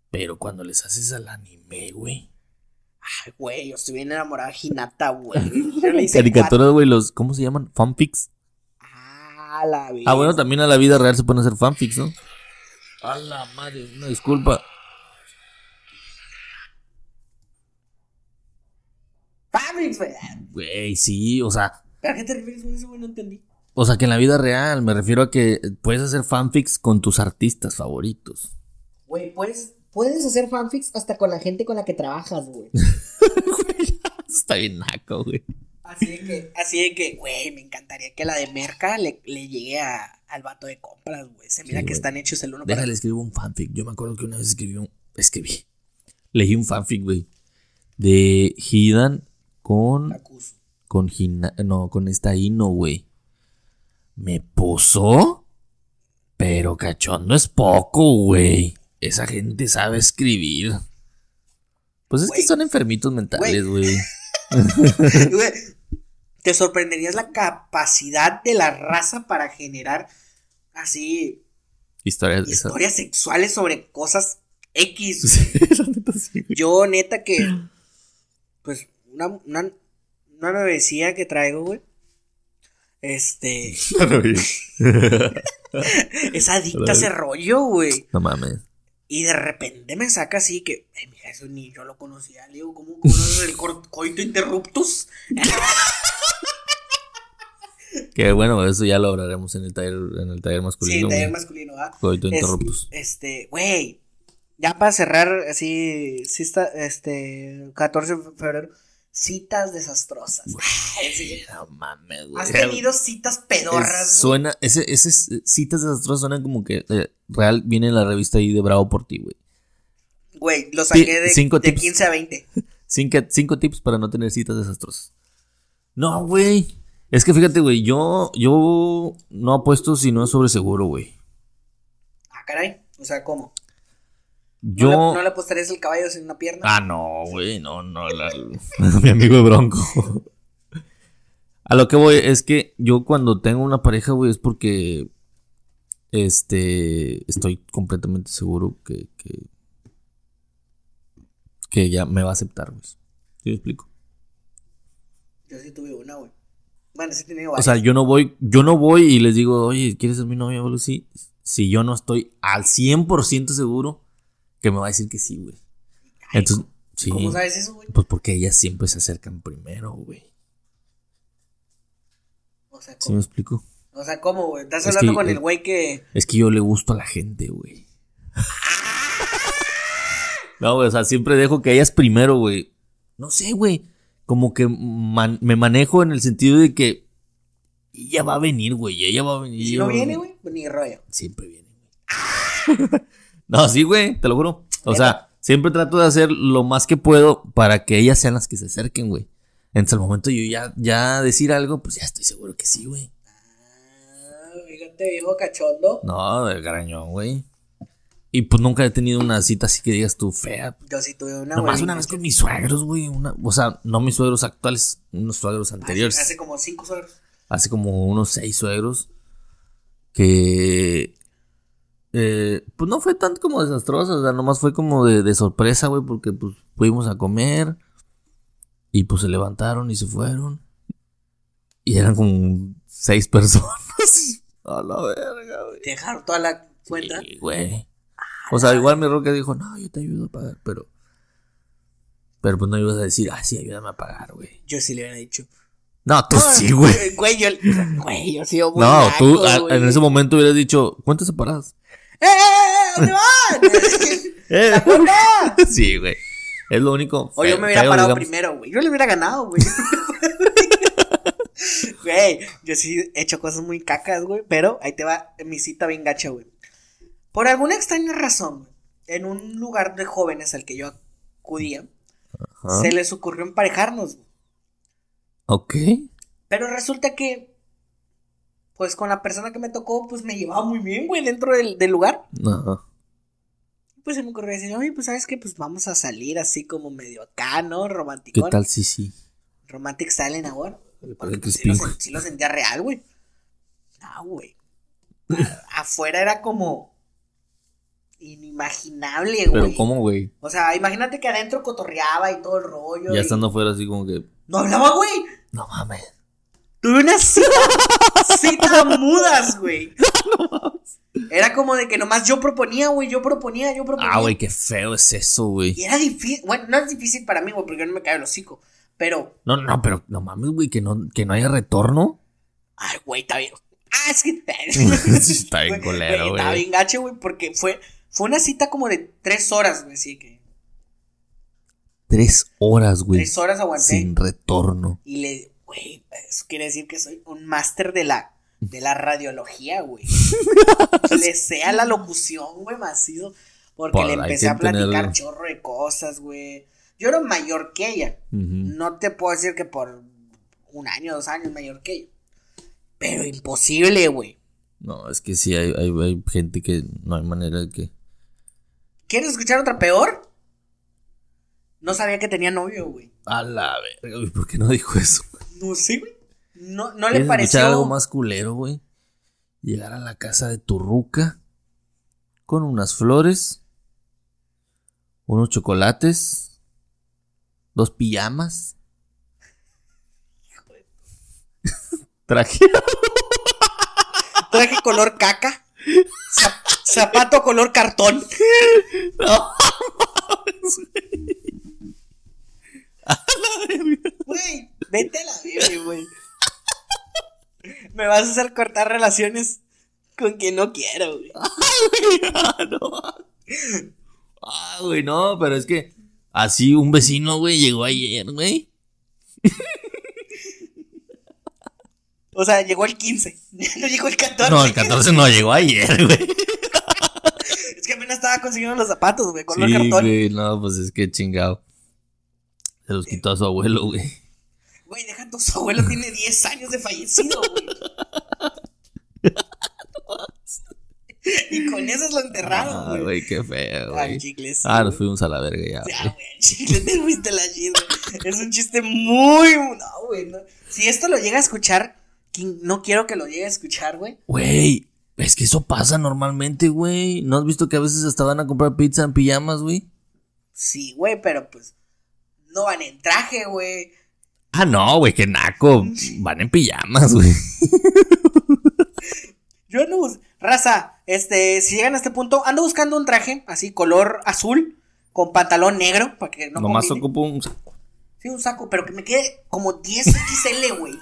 Speaker 2: Pero cuando les haces al anime, güey.
Speaker 1: Ay, güey, yo estoy bien enamorada de Hinata, güey. Yo le hice
Speaker 2: Caricaturas, güey, los. ¿Cómo se llaman? Fanfics.
Speaker 1: cuatro. Ah, la vida.
Speaker 2: Ah, bueno, también a la vida real se pueden hacer fanfics, ¿no? A la madre, una disculpa.
Speaker 1: Papi, güey.
Speaker 2: Güey, sí, o sea.
Speaker 1: ¿Pero a qué te refieres con eso, güey? No entendí.
Speaker 2: O sea, que en la vida real me refiero a que puedes hacer fanfics con tus artistas favoritos.
Speaker 1: Güey, puedes, puedes hacer fanfics hasta con la gente con la que trabajas, güey.
Speaker 2: Está bien naco, güey.
Speaker 1: Así de que, así de que, güey, me encantaría que la de Merca le, le llegue a- al vato de compras, güey. Se mira
Speaker 2: Sí,
Speaker 1: que
Speaker 2: güey.
Speaker 1: están hechos el uno para
Speaker 2: Déjale, escribo un fanfic. Yo me acuerdo que una vez escribí un, escribí. Leí un fanfic, güey. De Hidan con.
Speaker 1: Acuso.
Speaker 2: Con Gina- No, con esta Ino, güey. Me puso. Pero cachondo es poco, güey. Esa gente sabe escribir. Pues es
Speaker 1: Güey.
Speaker 2: que son enfermitos mentales, güey.
Speaker 1: Güey, Te sorprenderías la capacidad de la raza para generar así
Speaker 2: Historias de esas.
Speaker 1: historias sexuales sobre cosas X.
Speaker 2: Sí, la neta sí, güey.
Speaker 1: Yo, neta, que. Pues, una, una, una novecía que traigo, güey. Este. Es adicta a ese rollo, güey.
Speaker 2: No mames.
Speaker 1: Y de repente me saca así que. Ay, mija, eso ni yo lo conocía. Le digo, ¿cómo conoces el cor- coito interruptus?
Speaker 2: Que bueno, eso ya lo hablaremos en el taller, en el taller
Speaker 1: Sí,
Speaker 2: masculino.
Speaker 1: taller
Speaker 2: güey.
Speaker 1: masculino, ¿ah?
Speaker 2: Coito
Speaker 1: Es-
Speaker 2: interruptus.
Speaker 1: Este, güey. Ya para cerrar, así, cita, este, 14 de febrero, citas desastrosas. Ay, sí.
Speaker 2: No mames, güey.
Speaker 1: Has tenido citas
Speaker 2: Es-
Speaker 1: pedorras. güey?
Speaker 2: suena, ese, esas citas desastrosas suenan como que eh, real viene en la revista ahí de Bravo por ti, güey.
Speaker 1: Güey, lo
Speaker 2: Ti-
Speaker 1: saqué de,
Speaker 2: cinco
Speaker 1: de
Speaker 2: tips.
Speaker 1: 15 a 20.
Speaker 2: Cinco, cinco tips para no tener citas desastrosas. No, güey. Es que fíjate, güey, yo, yo no apuesto si no es sobre seguro, güey.
Speaker 1: Ah, caray. O sea, ¿cómo?
Speaker 2: Yo.
Speaker 1: No, le, no le apostarías el caballo sin una pierna.
Speaker 2: Ah, no, güey, no, no, la- mi amigo de Bronco. A lo que voy es que yo cuando tengo una pareja, güey, es porque este estoy completamente seguro que que, que ella me va a aceptar, güey. ¿Sí me explico?
Speaker 1: Yo sí tuve una, güey. Bueno, sí he tenido
Speaker 2: O
Speaker 1: varias.
Speaker 2: sea, yo no voy, yo no voy y les digo, "Oye, ¿quieres ser mi novia o algo así?" Si yo no estoy al 100% seguro que me va a decir que sí, güey.
Speaker 1: Ay,
Speaker 2: Entonces, sí.
Speaker 1: ¿Cómo sabes eso, güey?
Speaker 2: Pues porque ellas siempre se acercan primero, güey.
Speaker 1: O sea,
Speaker 2: ¿Sí me
Speaker 1: ¿cómo?
Speaker 2: explico?
Speaker 1: O sea, ¿cómo, güey? Estás
Speaker 2: Es
Speaker 1: hablando
Speaker 2: que-
Speaker 1: con el
Speaker 2: eh,
Speaker 1: güey que.
Speaker 2: Es que yo le gusto a la gente, güey. No, güey, o sea, siempre dejo que ellas primero, güey. No sé, güey. Como que man- me manejo en el sentido de que ella va a venir, güey. Ella va a venir.
Speaker 1: ¿Y si
Speaker 2: ella
Speaker 1: no
Speaker 2: va a
Speaker 1: viene,
Speaker 2: venir.
Speaker 1: güey? Pues ni rollo.
Speaker 2: Siempre viene, güey. no, sí, güey, te lo juro. O sea, siempre trato de hacer lo más que puedo para que ellas sean las que se acerquen, güey. Entonces, al momento yo ya, ya decir algo, pues ya estoy seguro que sí, güey.
Speaker 1: Ah, fíjate, viejo cachondo.
Speaker 2: No, del garañón, güey. Y pues nunca he tenido una cita así que digas tú fea.
Speaker 1: Yo sí tuve una,
Speaker 2: Nomás
Speaker 1: güey,
Speaker 2: una
Speaker 1: que-
Speaker 2: vez con mis suegros, güey. una- o sea, no mis suegros actuales, unos suegros anteriores.
Speaker 1: Hace
Speaker 2: Hace,
Speaker 1: como cinco horas.
Speaker 2: como unos seis suegros. Que. eh, pues no fue tanto como desastroso. O sea, nomás fue como de, de sorpresa, güey. Porque pues fuimos a comer. Y pues se levantaron y se fueron. Y eran como seis personas. a la verga, güey.
Speaker 1: Te dejaron toda la cuenta.
Speaker 2: Sí, güey.
Speaker 1: Ah,
Speaker 2: O sea, igual mi Roque dijo, no, yo te ayudo a pagar, pero. Pero pues no ibas a decir, ah, sí, ayúdame a pagar, güey.
Speaker 1: Yo sí le hubiera dicho.
Speaker 2: No, tú
Speaker 1: Ah,
Speaker 2: sí, güey.
Speaker 1: Güey, yo. Güey, yo sí.
Speaker 2: No, tú a- en ese momento hubieras dicho, ¿cuántas separadas?
Speaker 1: ¡Eh, eh! ¿Dónde van? ¡La cuenta!
Speaker 2: sí, güey. Es lo único.
Speaker 1: Eh. O yo
Speaker 2: feo-
Speaker 1: me hubiera
Speaker 2: feo,
Speaker 1: parado
Speaker 2: digamos.
Speaker 1: primero, güey. Yo le hubiera ganado, güey. Güey, yo sí he hecho cosas muy cacas, güey. Pero ahí te va mi cita bien gacha, güey. Por alguna extraña razón, güey, en un lugar de jóvenes al que yo acudía,
Speaker 2: Ajá.
Speaker 1: se les ocurrió emparejarnos, güey.
Speaker 2: Ah, Ok.
Speaker 1: Pero resulta que, pues con la persona que me tocó, pues me llevaba muy bien, güey, dentro del, del lugar.
Speaker 2: Ajá.
Speaker 1: Pues se me ocurrió decir, oye, pues sabes qué, pues vamos a salir así como medio acá, ¿no?
Speaker 2: ¿Qué
Speaker 1: Romántico.
Speaker 2: tal, sí, sí?
Speaker 1: Romantic Salen ahora. Porque
Speaker 2: parece
Speaker 1: pues, sí,
Speaker 2: Crispin,
Speaker 1: lo,
Speaker 2: güey.
Speaker 1: sen- sí lo sentía real, güey. Ah, güey. A- Afuera era como inimaginable,
Speaker 2: Pero
Speaker 1: güey.
Speaker 2: ¿cómo, güey?
Speaker 1: O sea, imagínate que adentro cotorreaba y todo el rollo.
Speaker 2: Ya
Speaker 1: y-
Speaker 2: estando afuera así como que.
Speaker 1: No hablaba, güey.
Speaker 2: No mames.
Speaker 1: Tuve unas citas cita mudas, güey. Era como de que nomás yo proponía, güey, yo proponía, yo proponía.
Speaker 2: Ah, güey, qué feo es eso, güey.
Speaker 1: Y era difícil, bueno, no es difícil para mí, güey, porque yo no me cae el hocico. Pero,
Speaker 2: No, no, pero no mames, güey, que no, que no haya retorno.
Speaker 1: ay, güey, está bien. Ah, es que.
Speaker 2: Está bien
Speaker 1: Güey,
Speaker 2: culero,
Speaker 1: güey, Estaba
Speaker 2: güey.
Speaker 1: bien gacho, güey, porque fue, fue una cita como de tres horas, güey, así que.
Speaker 2: Tres horas, güey.
Speaker 1: Tres horas aguanté.
Speaker 2: Sin retorno.
Speaker 1: Y le, güey, eso quiere decir que soy un máster de la, de la radiología, güey. le sea la locución, güey, macizo. Porque
Speaker 2: Por-
Speaker 1: le
Speaker 2: Pues, hay que
Speaker 1: empecé a platicar
Speaker 2: tenerlo.
Speaker 1: chorro de cosas, güey. Yo era mayor que ella.
Speaker 2: Ujú.
Speaker 1: No te puedo decir que por un año, dos años mayor que ella. Pero imposible, güey.
Speaker 2: No, es que sí, hay, hay, hay gente que no hay manera de que.
Speaker 1: ¿Quieres escuchar otra peor? No sabía que tenía novio, güey.
Speaker 2: A la verga, güey, ¿por qué no dijo eso?
Speaker 1: No sé, güey. No, no le
Speaker 2: ¿Quieres
Speaker 1: pareció.
Speaker 2: escuchar algo más culero, güey? Llegar a la casa de tu ruca con unas flores, unos chocolates, dos pijamas. Traje.
Speaker 1: Traje color caca. zap- zapato color cartón. Güey, vete a la verga, güey. Me vas a hacer cortar relaciones con quien no quiero, güey.
Speaker 2: Ah, güey, no, pero es que así un vecino, güey, llegó ayer, güey.
Speaker 1: O sea, llegó el 15. No llegó el 14.
Speaker 2: No, el 14 no llegó ayer, güey.
Speaker 1: Es que apenas estaba consiguiendo los zapatos, güey, color
Speaker 2: Sí,
Speaker 1: cartón.
Speaker 2: güey, no, pues es que chingado. Se los quitó a su abuelo, güey.
Speaker 1: Güey, deja tu su abuelo tiene 10 años de fallecido, güey. y con eso es lo enterraron,
Speaker 2: Ah,
Speaker 1: güey.
Speaker 2: güey, qué feo,
Speaker 1: Al
Speaker 2: güey.
Speaker 1: chicle, sí,
Speaker 2: Ah, nos
Speaker 1: güey.
Speaker 2: fuimos a la verga ya.
Speaker 1: Ya,
Speaker 2: güey.
Speaker 1: güey, al chicle te fuiste la shit, güey. Es un chiste muy. No, güey. no. Si esto lo llega a escuchar, que no quiero que lo llegue a escuchar, güey.
Speaker 2: Güey, es que eso pasa normalmente, güey. ¿No has visto que a veces hasta van a comprar pizza en pijamas, güey?
Speaker 1: Sí, güey, pero pues. No van en traje, güey.
Speaker 2: Ah, no, güey, qué naco. Van en pijamas, güey.
Speaker 1: Yo ando bus- Raza, este, si llegan a este punto, ando buscando un traje así, color azul, con pantalón negro, para que no
Speaker 2: Nomás
Speaker 1: combine.
Speaker 2: ocupo un saco.
Speaker 1: Sí, un saco, pero que me quede como 10 XL, güey.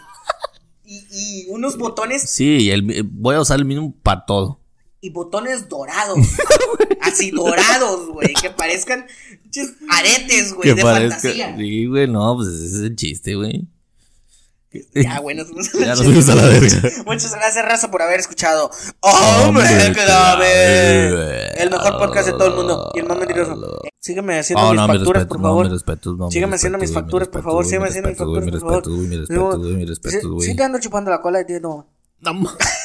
Speaker 1: Y, y unos botones,
Speaker 2: Sí, el, eh, voy a usar el mismo para todo.
Speaker 1: y botones dorados. así dorados, güey. Que parezcan chis- aretes, güey, de fantasía.
Speaker 2: Sí, güey, no, pues ese es el chiste, güey.
Speaker 1: Ya, güey, nos fuimos a la
Speaker 2: Ya nos
Speaker 1: chingada.
Speaker 2: fuimos a la verga.
Speaker 1: Muchas gracias, Raza, por haber escuchado Hombre,
Speaker 2: Hombre,
Speaker 1: clave.
Speaker 2: clave.
Speaker 1: El mejor podcast de todo el mundo y el más mentiroso. Sígueme haciendo
Speaker 2: Oh,
Speaker 1: mis
Speaker 2: no, mis
Speaker 1: facturas,
Speaker 2: respetos,
Speaker 1: por
Speaker 2: no,
Speaker 1: favor.
Speaker 2: mis respetos, no.
Speaker 1: Sígueme haciendo mis facturas, por favor. Sígueme haciendo mis facturas, por favor.
Speaker 2: Mis respetos, güey, mis respetos, güey, mis respetos,
Speaker 1: Sí,
Speaker 2: güey.
Speaker 1: sí te ando chupando la cola de ti, no.
Speaker 2: No mames.